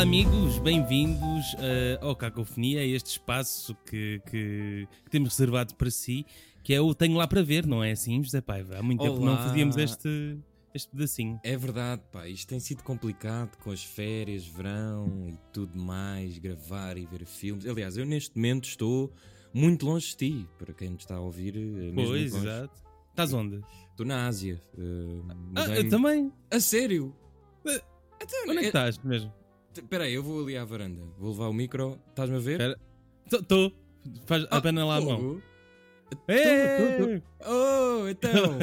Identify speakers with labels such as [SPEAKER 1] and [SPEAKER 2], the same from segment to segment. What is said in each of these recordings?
[SPEAKER 1] amigos, bem-vindos eh, ao Cacofonia, a este espaço que, que- que temos reservado para si, que é o Tenho Lá Para Ver, não é assim, José Paiva? Há muito tempo não
[SPEAKER 2] Olá.
[SPEAKER 1] fazíamos este, este pedacinho.
[SPEAKER 2] É verdade, pá, isto tem sido complicado com as férias, verão e tudo mais, gravar e ver filmes. Aliás, eu neste momento estou muito longe de ti, para quem nos está a ouvir. é mesmo
[SPEAKER 1] pois,
[SPEAKER 2] longe.
[SPEAKER 1] exato. Estás onde?
[SPEAKER 2] Estou na Ásia. eh,
[SPEAKER 1] Ah,
[SPEAKER 2] mudei-me-
[SPEAKER 1] eu também.
[SPEAKER 2] A sério?
[SPEAKER 1] Eh,
[SPEAKER 2] Então,
[SPEAKER 1] Onde é que
[SPEAKER 2] eh,
[SPEAKER 1] estás mesmo?
[SPEAKER 2] t- Espera aí, eu vou ali à varanda. Vou levar o micro. Estás-me a ver?
[SPEAKER 1] Espera. Estou. Faz
[SPEAKER 2] Ah,
[SPEAKER 1] a pena lá a mão.
[SPEAKER 2] fogo.
[SPEAKER 1] Eh!
[SPEAKER 2] tô, Oh, então.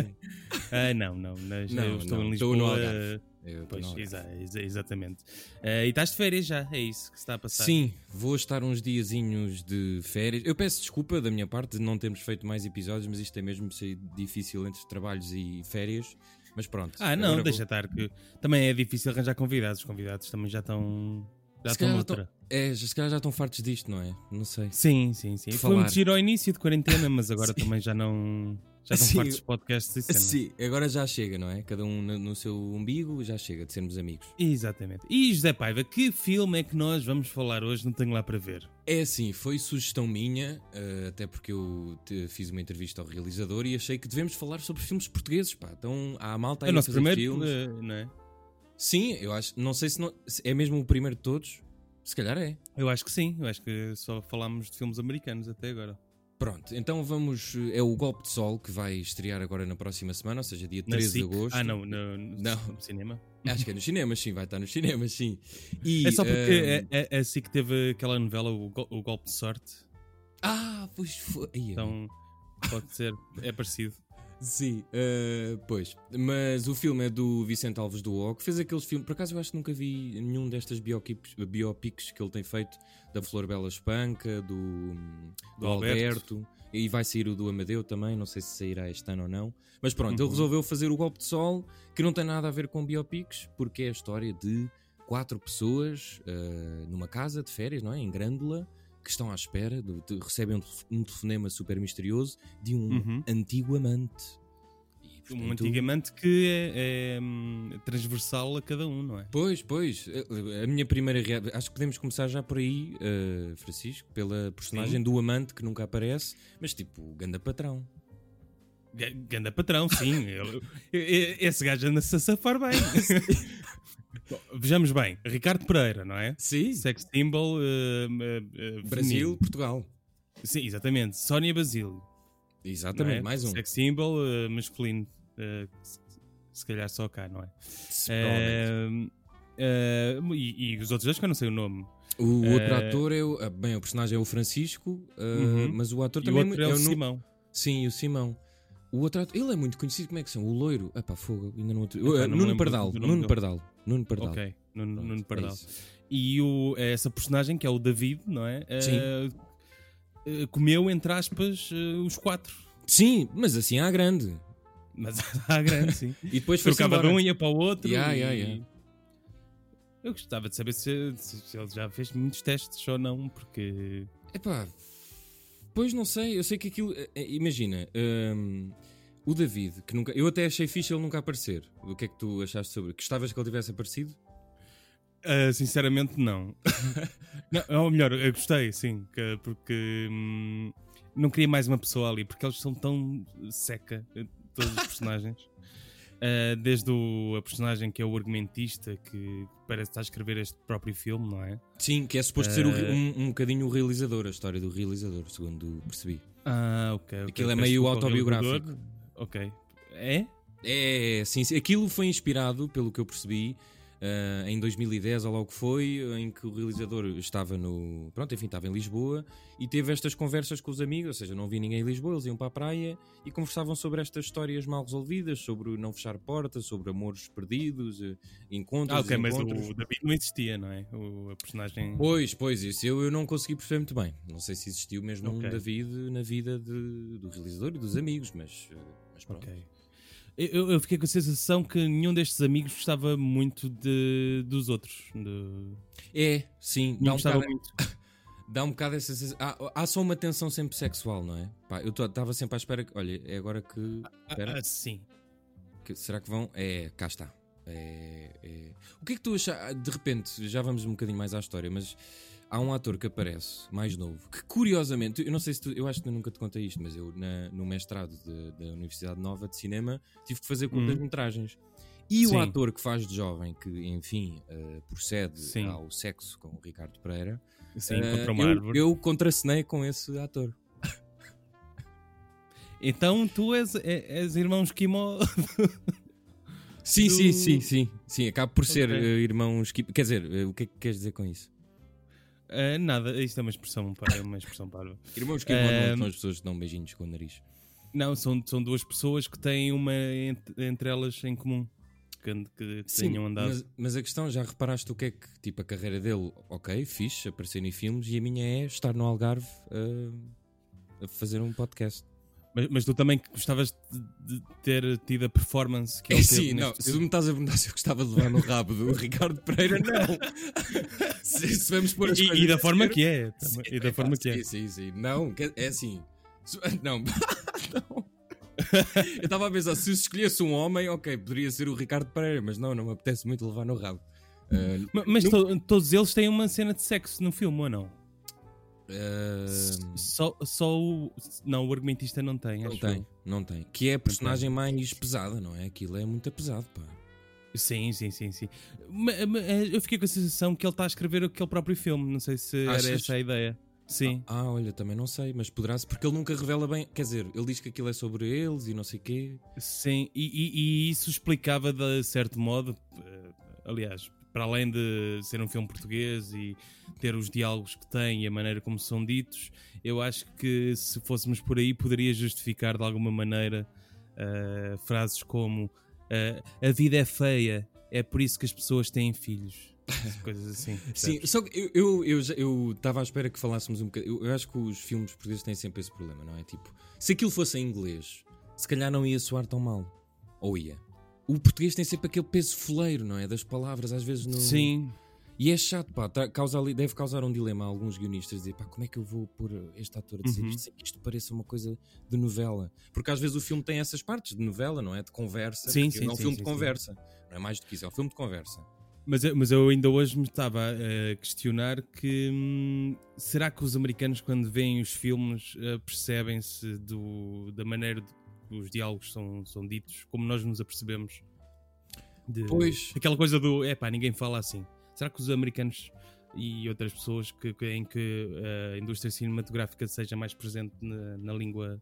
[SPEAKER 1] Ah, não, não. mas
[SPEAKER 2] Não,
[SPEAKER 1] eu estou
[SPEAKER 2] não,
[SPEAKER 1] em
[SPEAKER 2] estou
[SPEAKER 1] Lisboa.
[SPEAKER 2] no Algarve. Eu tô
[SPEAKER 1] Pois,
[SPEAKER 2] na hora.
[SPEAKER 1] exa- exa- exatamente. Eh, e estás de férias já, é isso que se está a passar.
[SPEAKER 2] Sim, vou estar uns diazinhos de férias. Eu peço desculpa da minha parte de não termos feito mais episódios, mas isto é mesmo sido difícil entre trabalhos e férias. Mas pronto.
[SPEAKER 1] Ah, não,
[SPEAKER 2] agora
[SPEAKER 1] deixa
[SPEAKER 2] vou-
[SPEAKER 1] estar. Que também é difícil arranjar convidados. Os convidados também já estão. Já
[SPEAKER 2] Se
[SPEAKER 1] estão
[SPEAKER 2] calhar
[SPEAKER 1] noutra.
[SPEAKER 2] É, já- se calhar já estão fartos disto, não é? Não sei.
[SPEAKER 1] Sim, sim, sim.
[SPEAKER 2] De
[SPEAKER 1] Foi
[SPEAKER 2] falar.
[SPEAKER 1] muito giro ao início de quarentena, mas agora também já não. Já estão
[SPEAKER 2] Sim.
[SPEAKER 1] fartos de podcasts e cenas.
[SPEAKER 2] Sim, agora já chega, não é? Cada um no, no seu umbigo, já chega de sermos amigos.
[SPEAKER 1] Exatamente. E José Paiva, que filme é que nós vamos falar hoje? Não tenho lá para ver.
[SPEAKER 2] É assim, foi sugestão minha, eh, até porque eu te- fiz uma entrevista ao realizador e achei que devemos falar sobre filmes portugueses, pá. Então, há a malta aí
[SPEAKER 1] é o
[SPEAKER 2] a
[SPEAKER 1] nosso
[SPEAKER 2] fazer
[SPEAKER 1] primeiro,
[SPEAKER 2] filmes.
[SPEAKER 1] eh, não é?
[SPEAKER 2] Sim, eu acho. Não sei se, não- se é mesmo o primeiro de todos. Se calhar é.
[SPEAKER 1] Eu acho que sim. Eu acho que só falámos de filmes americanos até agora.
[SPEAKER 2] Pronto, então vamos. É o Golpe de Sol que vai estrear agora na próxima semana, ou seja, dia
[SPEAKER 1] Na
[SPEAKER 2] 13 de
[SPEAKER 1] SIC.
[SPEAKER 2] agosto.
[SPEAKER 1] Ah, não, no, no-
[SPEAKER 2] Não.
[SPEAKER 1] no cinema.
[SPEAKER 2] Acho que é nos cinemas, sim, vai estar nos cinemas, sim. E, eh, ehm,
[SPEAKER 1] é só porque é,
[SPEAKER 2] ahm,
[SPEAKER 1] é, é assim que teve aquela novela, o, Go- o Golpe de Sorte.
[SPEAKER 2] Ah, pois foi. Ai,
[SPEAKER 1] Então pode ser, é parecido.
[SPEAKER 2] Sim, ah, pois. Mas o filme é do Vicente Alves do O, que fez aqueles filmes. Por acaso eu acho que nunca vi nenhum destas biopics, biopics que ele tem feito, da Flor Bela Espanca, do, do
[SPEAKER 1] Do
[SPEAKER 2] Alberto.
[SPEAKER 1] Alberto.
[SPEAKER 2] e vai sair o do Amadeu também. Não sei se sairá este ano ou não. Mas pronto, ele
[SPEAKER 1] Uhum.
[SPEAKER 2] resolveu fazer o Golpe de Sol, que não tem nada a ver com biopics, porque é a história de quatro pessoas ah, numa casa de férias, não é? Em Grândola. Que estão à espera, do- de- recebem um, telef- um telefonema super misterioso de um
[SPEAKER 1] Uhum.
[SPEAKER 2] antigo amante. E,
[SPEAKER 1] Um
[SPEAKER 2] portanto,
[SPEAKER 1] antigamente que é, é, hum, transversal a cada um, não é?
[SPEAKER 2] Pois, pois. Eh, A- A minha primeira reação. Acho que podemos começar já por aí, eh, Francisco, pela personagem
[SPEAKER 1] Sim.
[SPEAKER 2] do amante que nunca aparece, mas tipo, ganda patrão.
[SPEAKER 1] G- Ganda patrão, sim. Ele- e- e- Esse gajo anda-se a safar bem. Bom, Vejamos bem, Ricardo Pereira, não é?
[SPEAKER 2] Sim.
[SPEAKER 1] Sex symbol hum, eh, eh,
[SPEAKER 2] Brasil,
[SPEAKER 1] feminino.
[SPEAKER 2] Portugal.
[SPEAKER 1] Sim, exatamente. Sónia Basílio.
[SPEAKER 2] Exatamente,
[SPEAKER 1] não é?
[SPEAKER 2] mais um.
[SPEAKER 1] Sex symbol eh, masculino. eh, se- se calhar só cá, não é?
[SPEAKER 2] Provavelmente.
[SPEAKER 1] Eh, eh, e, e os outros dois que eu não sei o nome.
[SPEAKER 2] O outro
[SPEAKER 1] eh,
[SPEAKER 2] ator é. o- ah, Bem, o personagem é o Francisco, eh,
[SPEAKER 1] Uhum.
[SPEAKER 2] mas o ator
[SPEAKER 1] E o
[SPEAKER 2] também
[SPEAKER 1] outro é o
[SPEAKER 2] eu não-
[SPEAKER 1] Simão.
[SPEAKER 2] Sim, o Simão. O outro ator, ele é muito conhecido, como é que são? O loiro. Ah, pá, fogo, ainda não. outro-
[SPEAKER 1] Epá,
[SPEAKER 2] Eh,
[SPEAKER 1] não me
[SPEAKER 2] Nuno
[SPEAKER 1] lembro
[SPEAKER 2] Pardal.
[SPEAKER 1] do nome dele.
[SPEAKER 2] Nuno Pardal. Nuno Pardal.
[SPEAKER 1] Ok, Nuno,
[SPEAKER 2] Pronto,
[SPEAKER 1] Nuno
[SPEAKER 2] é
[SPEAKER 1] Pardal.
[SPEAKER 2] isso.
[SPEAKER 1] e o, essa personagem, que é o David, não é? Eh,
[SPEAKER 2] Sim.
[SPEAKER 1] eh, comeu, entre aspas, eh, os quatro.
[SPEAKER 2] Sim, mas assim à grande.
[SPEAKER 1] Mas à grande, sim.
[SPEAKER 2] E depois foi
[SPEAKER 1] Trocava de um, ia para o outro.
[SPEAKER 2] Yeah,
[SPEAKER 1] e-
[SPEAKER 2] yeah, yeah.
[SPEAKER 1] Eu gostava de saber se, se- se ele já fez muitos testes ou não, porque.
[SPEAKER 2] Epá, pois não sei, eu sei que aquilo. eh, eh, Imagina, hum, o David, que nunca. Eu até achei fixe ele nunca aparecer. O que é que tu achaste sobre. Gostavas que ele tivesse aparecido?
[SPEAKER 1] ah, sinceramente, não. não. Ou melhor, eu gostei, sim, que- porque hum, não queria mais uma pessoa ali, porque eles são tão seca, eh, todos os personagens. Ah, desde o, a personagem que é o argumentista, que parece estar a escrever este próprio filme, não é?
[SPEAKER 2] Sim, que é suposto ser o re-
[SPEAKER 1] Eh.
[SPEAKER 2] um, um bocadinho o realizador, a história do realizador, segundo percebi.
[SPEAKER 1] Ah, ok. ok.
[SPEAKER 2] Aquilo é
[SPEAKER 1] Peço
[SPEAKER 2] meio
[SPEAKER 1] desculpa ao
[SPEAKER 2] autobiográfico.
[SPEAKER 1] realizador. Ok. É?
[SPEAKER 2] É, sim, sim. Aquilo foi inspirado, pelo que eu percebi, eh, em 2010, ou logo foi, em que o realizador estava no. Pronto, enfim, estava em Lisboa e teve estas conversas com os amigos, ou seja, não vi ninguém em Lisboa, eles iam para a praia e conversavam sobre estas histórias mal resolvidas, sobre o não fechar portas, sobre amores perdidos, eh, encontros,
[SPEAKER 1] Ah, ok, mas
[SPEAKER 2] encontros.
[SPEAKER 1] o David não existia, não é? O, a personagem.
[SPEAKER 2] Pois, pois, isso eu, eu não consegui perceber muito bem. Não sei se existiu mesmo
[SPEAKER 1] Ok.
[SPEAKER 2] um David na vida de- do realizador e dos amigos, mas, eh, mas pronto.
[SPEAKER 1] Ok. Eu, eu fiquei com a sensação que nenhum destes amigos gostava muito de, dos outros. De,
[SPEAKER 2] É, sim, dá
[SPEAKER 1] não
[SPEAKER 2] um
[SPEAKER 1] gostava
[SPEAKER 2] bocado
[SPEAKER 1] muito.
[SPEAKER 2] Dá um bocado essa sensação. Há, há só uma tensão sempre sexual, não é? Pá, eu estava sempre à espera que. Olha, é agora que.
[SPEAKER 1] Ah,
[SPEAKER 2] Espera,
[SPEAKER 1] sim.
[SPEAKER 2] que- será que vão. É, cá está. É- é- O que é que tu achas? De repente, já vamos um bocadinho mais à história, mas há um ator que aparece, mais novo, que curiosamente, eu não sei se tu, eu acho que eu nunca te contei isto, mas eu na- no mestrado de- da Universidade Nova de Cinema tive que fazer curtas-metragens. E
[SPEAKER 1] Hum. Sim.
[SPEAKER 2] o ator que faz de jovem, que enfim eh, procede
[SPEAKER 1] Sim.
[SPEAKER 2] ao sexo com o Ricardo Pereira,
[SPEAKER 1] Sim,
[SPEAKER 2] eh,
[SPEAKER 1] contra uma
[SPEAKER 2] eu,
[SPEAKER 1] árvore.
[SPEAKER 2] eu contracenei com esse ator.
[SPEAKER 1] Então tu és, é- és irmãos Kimó.
[SPEAKER 2] Sim,
[SPEAKER 1] Tu-
[SPEAKER 2] sim, sim, sim, sim. Acaba por ser
[SPEAKER 1] Ok.
[SPEAKER 2] eh, irmãos. que- Quer dizer, eh, o que é que queres dizer com isso?
[SPEAKER 1] Ah, nada, isto é uma expressão, pá, é uma expressão parva.
[SPEAKER 2] Irmãos que
[SPEAKER 1] Eh,
[SPEAKER 2] não são as pessoas que dão beijinhos com o nariz.
[SPEAKER 1] Não, são, são duas pessoas que têm uma ent- entre elas em comum. Que, que tenham andado.
[SPEAKER 2] Mas, mas a questão, já reparaste o que é que, tipo, a carreira dele, ok, fixe, aparecer em filmes, e a minha é estar no Algarve ah, a fazer um podcast.
[SPEAKER 1] Mas, mas tu também gostavas de, de ter tido a performance que ele teve neste
[SPEAKER 2] Sim, não, se tu me estás a perguntar se eu gostava de levar no rabo do Ricardo Pereira, não. se, se vamos pôr as
[SPEAKER 1] E-
[SPEAKER 2] coisas
[SPEAKER 1] E, da
[SPEAKER 2] a
[SPEAKER 1] forma
[SPEAKER 2] ser-
[SPEAKER 1] que é. também, e da forma que é.
[SPEAKER 2] Sim, sim, sim. Não, que- é assim. Se- Não. Não. Eu estava a pensar, se escolhesse um homem, ok, poderia ser o Ricardo Pereira, mas não, não me apetece muito levar no rabo. Ah,
[SPEAKER 1] Ma- Mas to- todos eles têm uma cena de sexo no filme, ou não?
[SPEAKER 2] Hum.
[SPEAKER 1] S-
[SPEAKER 2] ah,
[SPEAKER 1] Só, só o. Não, o argumentista não tem,
[SPEAKER 2] Não
[SPEAKER 1] acho
[SPEAKER 2] tem, não tem. Que é a personagem mais pesada, não é? Aquilo é muito pesado, pá.
[SPEAKER 1] eu. Sim, sim, sim, sim. Ma- ma- eh, eu fiquei com a sensação que ele está a escrever aquele próprio filme. Não sei se
[SPEAKER 2] Achas?
[SPEAKER 1] era essa a ideia. Sim.
[SPEAKER 2] Ah, olha, também não sei, mas poderá-se, porque ele nunca revela bem. Quer dizer, ele diz que aquilo é sobre eles e não sei quê.
[SPEAKER 1] Sim, e, e- e isso explicava de certo modo, eh, aliás, para além de ser um filme português e ter os diálogos que tem e a maneira como são ditos, eu acho que se fôssemos por aí poderia justificar de alguma maneira eh, frases como eh, a vida é feia, é por isso que as pessoas têm filhos, coisas assim.
[SPEAKER 2] Sim, só que eu- eu eu já- eu estava à espera que falássemos um bocadinho. Eu, eu acho que os filmes portugueses têm sempre esse problema, não é? Tipo, se aquilo fosse em inglês, se calhar não ia soar tão mal. Ou ia. O português tem sempre aquele peso foleiro, não é? Das palavras, às vezes não.
[SPEAKER 1] Sim,
[SPEAKER 2] E é chato, pá, tá- causa ali- deve causar um dilema a alguns guionistas, dizer, pá, como é que eu vou pôr este ator a dizer
[SPEAKER 1] Uhum.
[SPEAKER 2] isto sem que isto pareça uma coisa de novela? Porque às vezes o filme tem essas partes de novela, não é? De conversa.
[SPEAKER 1] Sim,
[SPEAKER 2] porque
[SPEAKER 1] sim,
[SPEAKER 2] É um
[SPEAKER 1] sim,
[SPEAKER 2] filme
[SPEAKER 1] sim,
[SPEAKER 2] de
[SPEAKER 1] sim.
[SPEAKER 2] conversa. Não é mais do que isso, é um filme de conversa.
[SPEAKER 1] Mas, eu- mas eu ainda hoje me estava a questionar que hum, será que os americanos quando veem os filmes eh, percebem-se do- da maneira de que os diálogos são, são ditos, como nós nos apercebemos? De-
[SPEAKER 2] Pois.
[SPEAKER 1] Aquela coisa do, é pá, ninguém fala assim. Será que os americanos e outras pessoas que, que- em que eh, a indústria cinematográfica seja mais presente na, na língua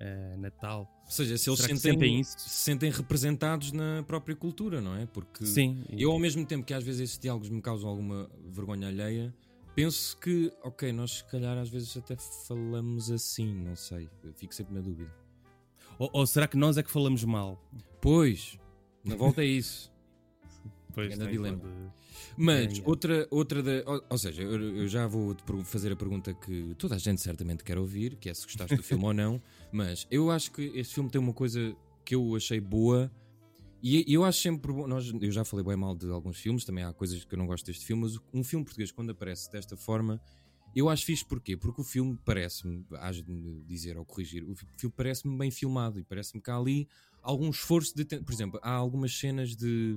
[SPEAKER 1] eh, natal?
[SPEAKER 2] Ou seja, se eles
[SPEAKER 1] Será que
[SPEAKER 2] sentem,
[SPEAKER 1] sentem isso?
[SPEAKER 2] se sentem representados na própria cultura, não é? Porque
[SPEAKER 1] Sim.
[SPEAKER 2] eu, ao mesmo tempo que às vezes esses diálogos me causam alguma vergonha alheia, penso que, ok, nós se calhar às vezes até falamos assim, não sei. Eu Fico sempre na dúvida.
[SPEAKER 1] Ou, ou será que nós é que falamos mal?
[SPEAKER 2] Pois, na volta é isso. Grande
[SPEAKER 1] tem
[SPEAKER 2] dilema.
[SPEAKER 1] todo-
[SPEAKER 2] Mas
[SPEAKER 1] É, é.
[SPEAKER 2] outra, outra da. Ou, ou seja, eu, eu já vou te pergu- fazer a pergunta que toda a gente certamente quer ouvir, que é se gostaste do filme ou não, mas eu acho que este filme tem uma coisa que eu achei boa. E eu acho sempre bom. Nós, eu já falei bem mal de alguns filmes, também há coisas que eu não gosto deste filme, mas um filme português, quando aparece desta forma, eu acho fixe porquê? Porque o filme parece-me, hás de me dizer ou corrigir, o fi- filme parece-me bem filmado e parece-me que há ali algum esforço de. ten- Por exemplo, há algumas cenas de.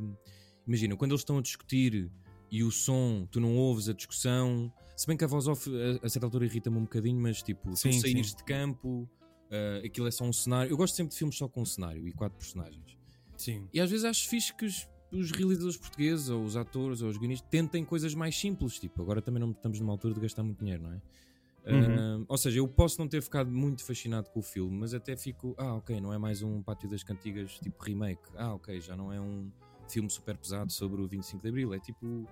[SPEAKER 2] Imagina, quando eles estão a discutir e o som, tu não ouves a discussão. Se bem que a voz off a, a certa altura irrita-me um bocadinho, mas tipo,
[SPEAKER 1] Sim,
[SPEAKER 2] tu
[SPEAKER 1] sim.
[SPEAKER 2] saíres de campo, ah, aquilo é só um cenário. Eu gosto sempre de filmes só com um cenário e quatro personagens.
[SPEAKER 1] Sim.
[SPEAKER 2] E às vezes acho fixe que os, os realizadores portugueses, ou os atores, ou os guionistas, tentem coisas mais simples. Tipo, agora também não estamos numa altura de gastar muito dinheiro, não é?
[SPEAKER 1] Uhum.
[SPEAKER 2] Ah, ou seja, eu posso não ter ficado muito fascinado com o filme, mas até fico, ah, ok, não é mais um Pátio das Cantigas tipo remake. Ah, ok, já não é um filme super pesado sobre o 25 de Abril. É tipo,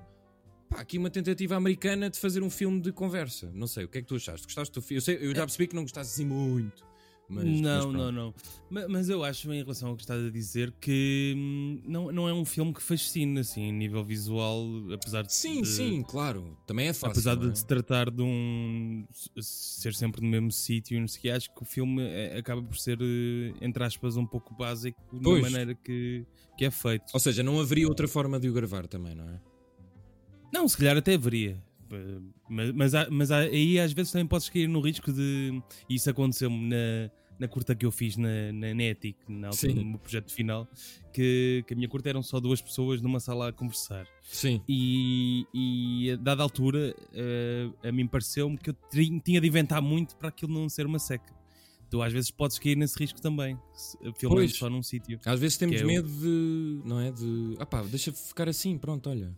[SPEAKER 2] pá, aqui uma tentativa americana de fazer um filme de conversa. Não sei, o que é que tu achaste? Gostaste do filme? Eu, sei- eu já percebi que não gostaste assim muito. Mas, mas
[SPEAKER 1] É. não,
[SPEAKER 2] pronto.
[SPEAKER 1] não, não. Ma- Mas, eu acho, em relação ao que estás a dizer, que hum, não, não é um filme que fascina, assim, a nível visual, apesar de.
[SPEAKER 2] Sim,
[SPEAKER 1] de-
[SPEAKER 2] sim, claro. Também é fácil.
[SPEAKER 1] apesar
[SPEAKER 2] não é?
[SPEAKER 1] de se tratar de um. s- ser sempre no mesmo sítio, e não sei o que, acho que o filme é- acaba por ser, eh, entre aspas, um pouco básico
[SPEAKER 2] Pois.
[SPEAKER 1] na maneira que, que é feito.
[SPEAKER 2] Ou seja, não haveria outra forma de o gravar também, não é?
[SPEAKER 1] Não, se calhar até haveria. Eh, Mas, mas, há- mas há- aí às vezes também podes cair no risco de. e Isso aconteceu-me na, na curta que eu fiz na, na Netic, na altura
[SPEAKER 2] Sim.
[SPEAKER 1] do meu projeto final, que, que a minha curta eram só duas pessoas numa sala a conversar.
[SPEAKER 2] Sim.
[SPEAKER 1] E, e a dada altura, eh, a mim pareceu-me que eu tri- tinha de inventar muito para aquilo não ser uma seca. Tu às vezes podes cair nesse risco também, se- filmando
[SPEAKER 2] Pois.
[SPEAKER 1] só num sítio.
[SPEAKER 2] Às vezes temos
[SPEAKER 1] Que é o-
[SPEAKER 2] medo de. Não é? De. Ah pá, deixa ficar assim, pronto, olha.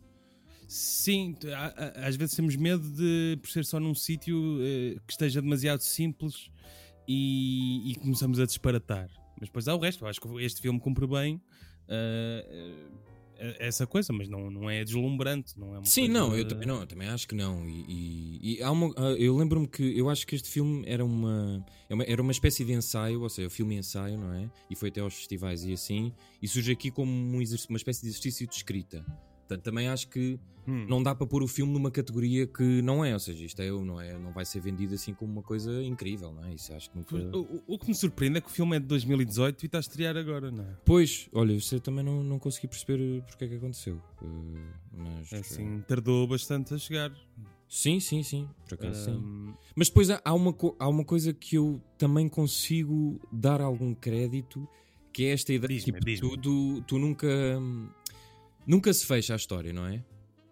[SPEAKER 1] Sim, tu- a- a- às vezes temos medo de, por ser só num sítio eh, que esteja demasiado simples e, e começamos a disparatar. Mas depois há o resto. Eu acho que este filme cumpre bem eh, eh, essa coisa, mas não, não é deslumbrante. Não é uma
[SPEAKER 2] Sim,
[SPEAKER 1] coisa-
[SPEAKER 2] não eu, também, não, eu também acho que não. E, e- e há uma, ah, eu lembro-me que eu acho que este filme era uma, é uma- era uma espécie de ensaio, ou seja, o filme ensaio, não é? E foi até aos festivais e assim, e surge aqui como um exerc- uma espécie de exercício de escrita. Portanto, também acho que
[SPEAKER 1] Hum.
[SPEAKER 2] não dá para pôr o filme numa categoria que não é, ou seja, isto é, não, é, não vai ser vendido assim como uma coisa incrível, não é? Isso acho que nunca...
[SPEAKER 1] O, o- o que me surpreende é que o filme é de 2018 e está a estrear agora, não é?
[SPEAKER 2] Pois, olha, isso eu também não, não consegui perceber porque é que aconteceu. eh, mas,
[SPEAKER 1] Assim, tardou bastante a chegar.
[SPEAKER 2] Sim, sim, sim. Por acaso, sim.
[SPEAKER 1] Ahm,
[SPEAKER 2] Mas depois há há uma, co- há uma coisa que eu também consigo dar algum crédito, que é esta ideia
[SPEAKER 1] Diz-me,
[SPEAKER 2] tipo,
[SPEAKER 1] diz-me.
[SPEAKER 2] tu, tu, tu nunca hum, nunca se fecha a história, não é?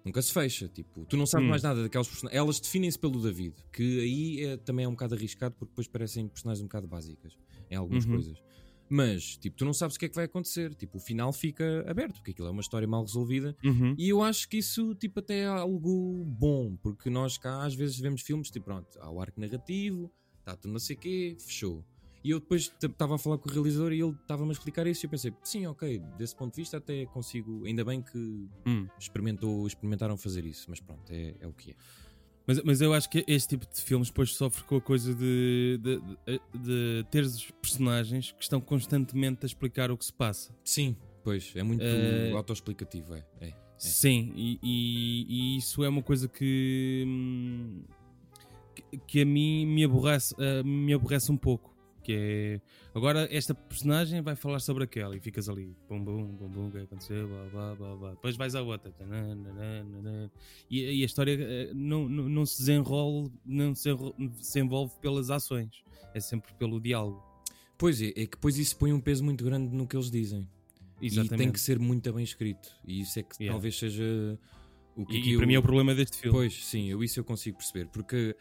[SPEAKER 2] Nunca se fecha, tipo, tu não sabes
[SPEAKER 1] Hum.
[SPEAKER 2] mais nada daquelas personagens. Elas definem-se pelo David, que aí é- também é um bocado arriscado porque depois parecem personagens um bocado básicas em algumas
[SPEAKER 1] Uhum.
[SPEAKER 2] coisas. Mas, tipo, tu não sabes o que é que vai acontecer. Tipo, o final fica aberto, porque aquilo é uma história mal resolvida
[SPEAKER 1] uhum.
[SPEAKER 2] e eu acho que isso, tipo, até é algo bom, porque nós cá às vezes vemos filmes, tipo, pronto, há o arco narrativo, está tudo não sei o quê, fechou. E eu depois estava a falar com o realizador e ele estava-me a explicar isso e eu pensei, sim, ok, desse ponto de vista até consigo, ainda bem que
[SPEAKER 1] Hum.
[SPEAKER 2] experimentou, experimentaram fazer isso, mas pronto, é, é o que é.
[SPEAKER 1] Mas, mas eu acho que este tipo de filmes depois sofre com a coisa de, de, de, de teres personagens que estão constantemente a explicar o que se passa.
[SPEAKER 2] Sim, pois, é muito
[SPEAKER 1] Eh,
[SPEAKER 2] autoexplicativo, é, é.
[SPEAKER 1] Sim, e, e- e isso é uma coisa que, hum, que, que a mim me aborrece, ah, me aborrece um pouco. Que é agora esta personagem vai falar sobre aquela e ficas ali, bum bum, bum bum, o que aconteceu, blá blá blá blá. Depois vais à outra, tá, tanã, nanã, nanã. E, e a história ah, não, não, não se desenrola, não se, enro- se envolve pelas ações, é sempre pelo diálogo.
[SPEAKER 2] Pois é, é que depois isso põe um peso muito grande no que eles dizem. E tem que ser muito bem escrito. E isso é que
[SPEAKER 1] Yeah.
[SPEAKER 2] talvez seja o que
[SPEAKER 1] E-
[SPEAKER 2] aqui
[SPEAKER 1] e para mim é o problema deste filme.
[SPEAKER 2] Pois, sim, eu, isso eu consigo perceber, porque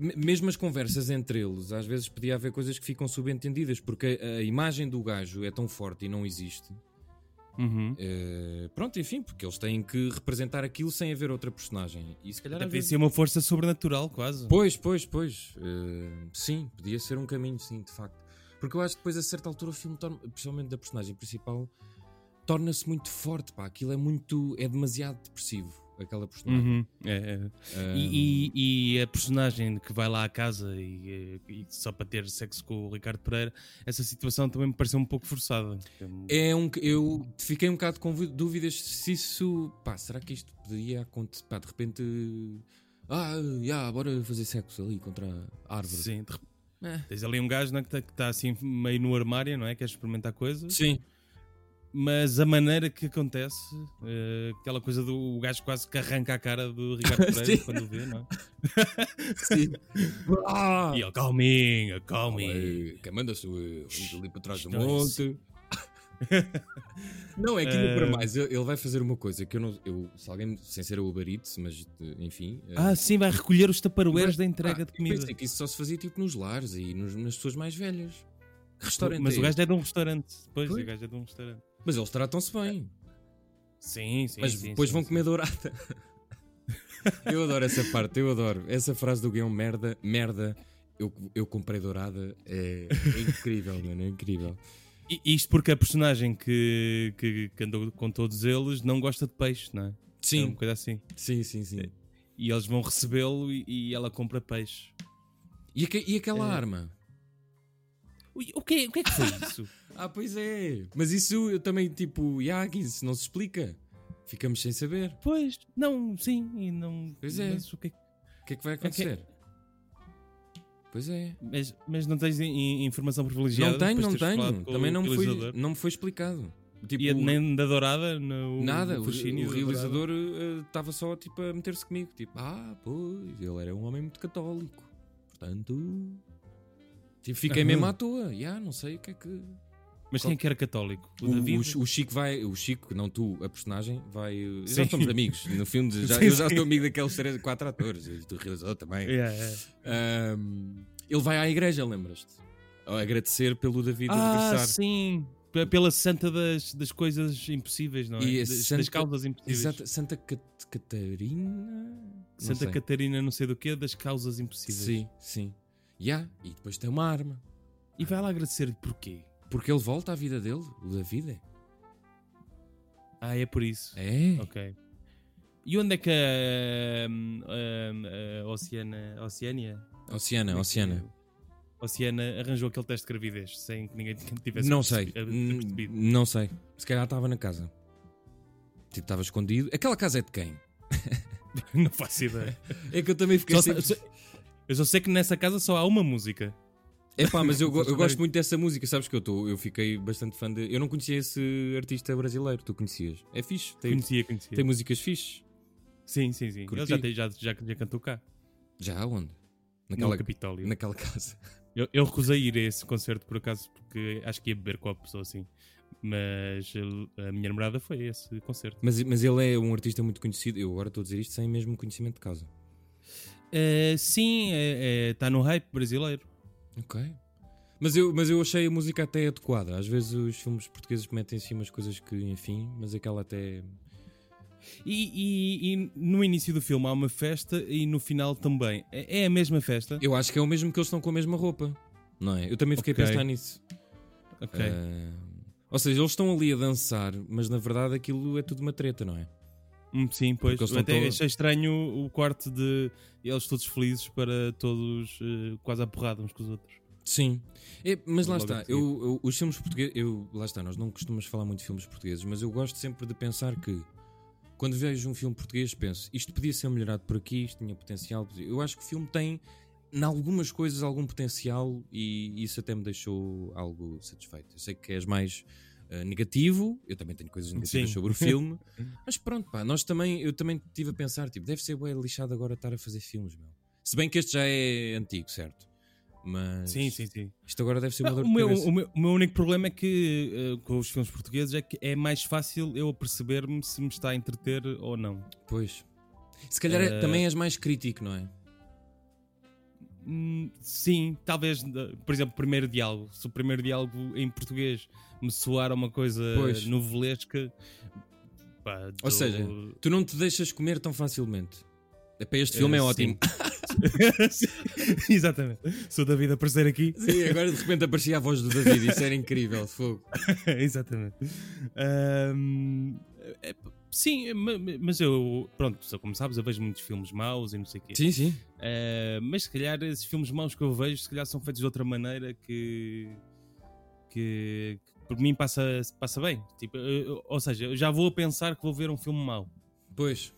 [SPEAKER 2] me- mesmo as conversas entre eles, às vezes podia haver coisas que ficam subentendidas, porque a, a imagem do gajo é tão forte e não existe.
[SPEAKER 1] Uhum.
[SPEAKER 2] Eh, pronto, enfim, porque eles têm que representar aquilo sem haver outra personagem. E se calhar.
[SPEAKER 1] Até
[SPEAKER 2] às
[SPEAKER 1] podia
[SPEAKER 2] vezes-
[SPEAKER 1] ser um uma força sobrenatural, quase.
[SPEAKER 2] Pois, pois, pois. Eh, sim, podia ser um caminho, sim, de facto. Porque eu acho que depois, a certa altura, o filme, torna, principalmente da personagem principal, torna-se muito forte, pá. Aquilo é muito. é demasiado depressivo, aquela personagem.
[SPEAKER 1] Uhum.
[SPEAKER 2] Eh,
[SPEAKER 1] É, é. E, e- e a personagem que vai lá à casa e, eh, e só para ter sexo com o Ricardo Pereira, essa situação também me pareceu um pouco forçada.
[SPEAKER 2] É um, que- eu fiquei um bocado com vi- dúvidas se isso. Pá, será que isto poderia acontecer? Pá, de repente. Ah, já, bora fazer sexo ali contra a árvore.
[SPEAKER 1] Sim, de rep-
[SPEAKER 2] É.
[SPEAKER 1] Tens ali um gajo não é, que está assim meio no armário, não é? Quer experimentar coisas,
[SPEAKER 2] Sim.
[SPEAKER 1] mas a maneira que acontece, eh, aquela coisa do o gajo quase que arranca a cara do Ricardo Pereira
[SPEAKER 2] Sim.
[SPEAKER 1] quando o vê, não é?
[SPEAKER 2] sim. ah,
[SPEAKER 1] E é ele, calminho, calminho.
[SPEAKER 2] Ué, Quem manda-se ué, ali para trás do
[SPEAKER 1] Isto é
[SPEAKER 2] monte. não, é que ainda
[SPEAKER 1] Eh.
[SPEAKER 2] para mais, ele ele vai fazer uma coisa que eu não. Eu, se alguém, sem ser o Uber Eats, mas eh, enfim. eh,
[SPEAKER 1] Ah, sim, vai recolher os taparoeiros
[SPEAKER 2] Mas-
[SPEAKER 1] da entrega
[SPEAKER 2] ah,
[SPEAKER 1] de comida.
[SPEAKER 2] Eu pensei que isso só se fazia tipo nos lares e nos- nas pessoas mais velhas. Que restaurante
[SPEAKER 1] Mas
[SPEAKER 2] é
[SPEAKER 1] o gajo é de um restaurante. Pois,
[SPEAKER 2] Pois.
[SPEAKER 1] o gajo é de um restaurante.
[SPEAKER 2] Mas eles tratam-se bem.
[SPEAKER 1] Sim, sim.
[SPEAKER 2] mas
[SPEAKER 1] sim,
[SPEAKER 2] depois
[SPEAKER 1] sim,
[SPEAKER 2] vão
[SPEAKER 1] sim.
[SPEAKER 2] comer dourada. eu adoro essa parte, eu adoro. Essa frase do guião, merda, merda, eu, eu comprei dourada, é, é incrível, mano, é incrível.
[SPEAKER 1] I- Isto porque a personagem que, que, que andou com todos eles não gosta de peixe, não é? É uma
[SPEAKER 2] Sim,
[SPEAKER 1] coisa assim.
[SPEAKER 2] um sim, sim, sim.
[SPEAKER 1] E eles vão recebê-lo e, e ela compra peixe.
[SPEAKER 2] E, aque- e aquela
[SPEAKER 1] É.
[SPEAKER 2] arma?
[SPEAKER 1] Ui, O que, o que é que foi isso?
[SPEAKER 2] Ah, pois é. Mas isso eu também, tipo, Yagi, isso não se explica. Ficamos sem saber.
[SPEAKER 1] pois, não, sim, e não.
[SPEAKER 2] Pois é.
[SPEAKER 1] Mas, o que é que-
[SPEAKER 2] O que é que vai acontecer? Pois é.
[SPEAKER 1] mas, mas não tens in- in- informação privilegiada?
[SPEAKER 2] Não tenho,
[SPEAKER 1] depois
[SPEAKER 2] não
[SPEAKER 1] de teres falado
[SPEAKER 2] tenho.
[SPEAKER 1] com
[SPEAKER 2] Também
[SPEAKER 1] o
[SPEAKER 2] não me, foi,
[SPEAKER 1] realizador?
[SPEAKER 2] não me foi explicado. Tipo,
[SPEAKER 1] E a- nem da dourada? No,
[SPEAKER 2] Nada,
[SPEAKER 1] no
[SPEAKER 2] o,
[SPEAKER 1] fascínio
[SPEAKER 2] o
[SPEAKER 1] da Dourada?
[SPEAKER 2] realizador estava só tipo, a meter-se comigo. Tipo, ah, pois, ele era um homem muito católico. Portanto, Tipo, fiquei
[SPEAKER 1] Aham.
[SPEAKER 2] mesmo à toa. Yeah, não sei o que é que.
[SPEAKER 1] Mas quem é que era católico? O,
[SPEAKER 2] O,
[SPEAKER 1] David?
[SPEAKER 2] o- o Chico vai, o Chico, não tu, a personagem, vai. eh,
[SPEAKER 1] Sim.
[SPEAKER 2] Já somos amigos. No filme, de- já,
[SPEAKER 1] Sim,
[SPEAKER 2] eu já
[SPEAKER 1] sim.
[SPEAKER 2] sou amigo daqueles três, quatro atores, e do realizador também.
[SPEAKER 1] Yeah, yeah.
[SPEAKER 2] Ahm, ele vai à igreja, lembras-te? A Agradecer pelo David
[SPEAKER 1] Ah,
[SPEAKER 2] aniversário.
[SPEAKER 1] sim. P- Pela santa das, das coisas impossíveis, não é?
[SPEAKER 2] E a
[SPEAKER 1] das, das
[SPEAKER 2] santa-
[SPEAKER 1] causas impossíveis.
[SPEAKER 2] Exato, Santa Cat- Catarina?
[SPEAKER 1] Santa
[SPEAKER 2] Catarina.
[SPEAKER 1] Catarina, não sei do quê, das causas impossíveis.
[SPEAKER 2] Sim, sim. Yeah, e depois tem uma arma.
[SPEAKER 1] E vai lá agradecer-lhe porquê?
[SPEAKER 2] Porque ele volta à vida dele, o David.
[SPEAKER 1] Ah, é por isso.
[SPEAKER 2] É.
[SPEAKER 1] Ok. E onde é que a, hum, a- a Oceana, Oceania?
[SPEAKER 2] Oceana, É Oceana.
[SPEAKER 1] Oceana arranjou aquele teste de gravidez sem que ninguém tivesse
[SPEAKER 2] Não sei.
[SPEAKER 1] percebi- a- percebido.
[SPEAKER 2] N- Não sei. Se calhar estava na casa. Tipo, estava escondido. Aquela casa é de quem?
[SPEAKER 1] Não faço ideia.
[SPEAKER 2] É que eu também fiquei
[SPEAKER 1] Só
[SPEAKER 2] sempre...
[SPEAKER 1] se- Eu só sei que nessa casa só há uma música.
[SPEAKER 2] Epá, mas eu, go- eu
[SPEAKER 1] Só-
[SPEAKER 2] gosto muito dessa música. Sabes que eu estou... Eu fiquei bastante fã de... Eu não conhecia esse artista brasileiro. Tu conhecias? É fixe. Tem,
[SPEAKER 1] Conhecia, conhecia.
[SPEAKER 2] tem músicas fixes.
[SPEAKER 1] Sim, sim, sim. Ele
[SPEAKER 2] Curti.
[SPEAKER 1] já, tem- já, já, já cantou cá.
[SPEAKER 2] Já onde?
[SPEAKER 1] No
[SPEAKER 2] Naquela,
[SPEAKER 1] Capitólio.
[SPEAKER 2] naquela casa.
[SPEAKER 1] Eu, eu recusei ir a esse concerto por acaso porque acho que ia beber copos ou assim. Mas ele- a minha namorada foi a esse concerto.
[SPEAKER 2] Mas, mas ele é um artista muito conhecido. Eu agora estou a dizer isto sem mesmo conhecimento de causa.
[SPEAKER 1] Eh, sim, está no hype brasileiro.
[SPEAKER 2] Ok. Mas eu, mas eu achei a música até adequada. Às vezes os filmes portugueses metem em cima as coisas que, enfim, mas aquela até.
[SPEAKER 1] E, e- e no início do filme há uma festa e no final também. É é a mesma festa?
[SPEAKER 2] Eu acho que é o mesmo que eles estão com a mesma roupa, não é? Eu também fiquei
[SPEAKER 1] Ok.
[SPEAKER 2] a pensar nisso.
[SPEAKER 1] Ok.
[SPEAKER 2] Ah, ou seja, eles estão ali a dançar, mas na verdade aquilo é tudo uma treta, não é?
[SPEAKER 1] Hum, sim, pois.
[SPEAKER 2] porque eles
[SPEAKER 1] Eu Até
[SPEAKER 2] estão todos-
[SPEAKER 1] achei estranho o corte de eles todos felizes para todos eh, quase a porrada uns com os outros.
[SPEAKER 2] Sim. É, mas lá
[SPEAKER 1] Logo a
[SPEAKER 2] está,
[SPEAKER 1] seguir.
[SPEAKER 2] eu, eu- os filmes portugueses. Eu, lá está, nós não costumamos falar muito de filmes portugueses, mas eu gosto sempre de pensar que. Quando vejo um filme português, penso isto podia ser melhorado por aqui, isto tinha potencial. podia- Eu acho que o filme tem, em algumas coisas, algum potencial e isso até me deixou algo satisfeito. Eu sei que és mais ah, negativo, eu também tenho coisas negativas
[SPEAKER 1] Sim.
[SPEAKER 2] sobre o filme, mas pronto, pá, nós também, eu também estive a pensar, tipo, deve ser bué lixado agora estar a fazer filmes, meu. Se bem que este já é antigo, certo? Mas
[SPEAKER 1] Sim, sim, sim.
[SPEAKER 2] isto agora deve ser uma
[SPEAKER 1] Não,
[SPEAKER 2] dor
[SPEAKER 1] o,
[SPEAKER 2] de
[SPEAKER 1] meu,
[SPEAKER 2] cabeça.
[SPEAKER 1] o meu- o meu único problema é que eh, com os filmes portugueses é que é mais fácil eu perceber-me se me está a entreter ou não.
[SPEAKER 2] Pois. Se calhar é-
[SPEAKER 1] Eh,
[SPEAKER 2] também és mais crítico, não é?
[SPEAKER 1] Hum, sim, talvez, eh, por exemplo, o primeiro diálogo. Se o primeiro diálogo em português me soar a uma coisa
[SPEAKER 2] Pois.
[SPEAKER 1] novelesca, pá, dou-
[SPEAKER 2] seja, Tu não te deixas comer tão facilmente. É para este
[SPEAKER 1] Eh,
[SPEAKER 2] filme
[SPEAKER 1] sim.
[SPEAKER 2] é ótimo.
[SPEAKER 1] Sim, Exatamente. Se o David aparecer aqui,
[SPEAKER 2] Sim, agora de repente aparecia a voz do David, isso era incrível, fogo.
[SPEAKER 1] Exatamente. Ahm, é, sim, ma- ma- mas eu, pronto, só como sabes, eu vejo muitos filmes maus e não sei o quê.
[SPEAKER 2] Sim, sim.
[SPEAKER 1] Ah, mas se calhar esses filmes maus que eu vejo, se calhar são feitos de outra maneira que. que, que por mim passa, passa bem. Tipo, eu- eu- ou seja, eu já vou a pensar que vou ver um filme mau.
[SPEAKER 2] Pois.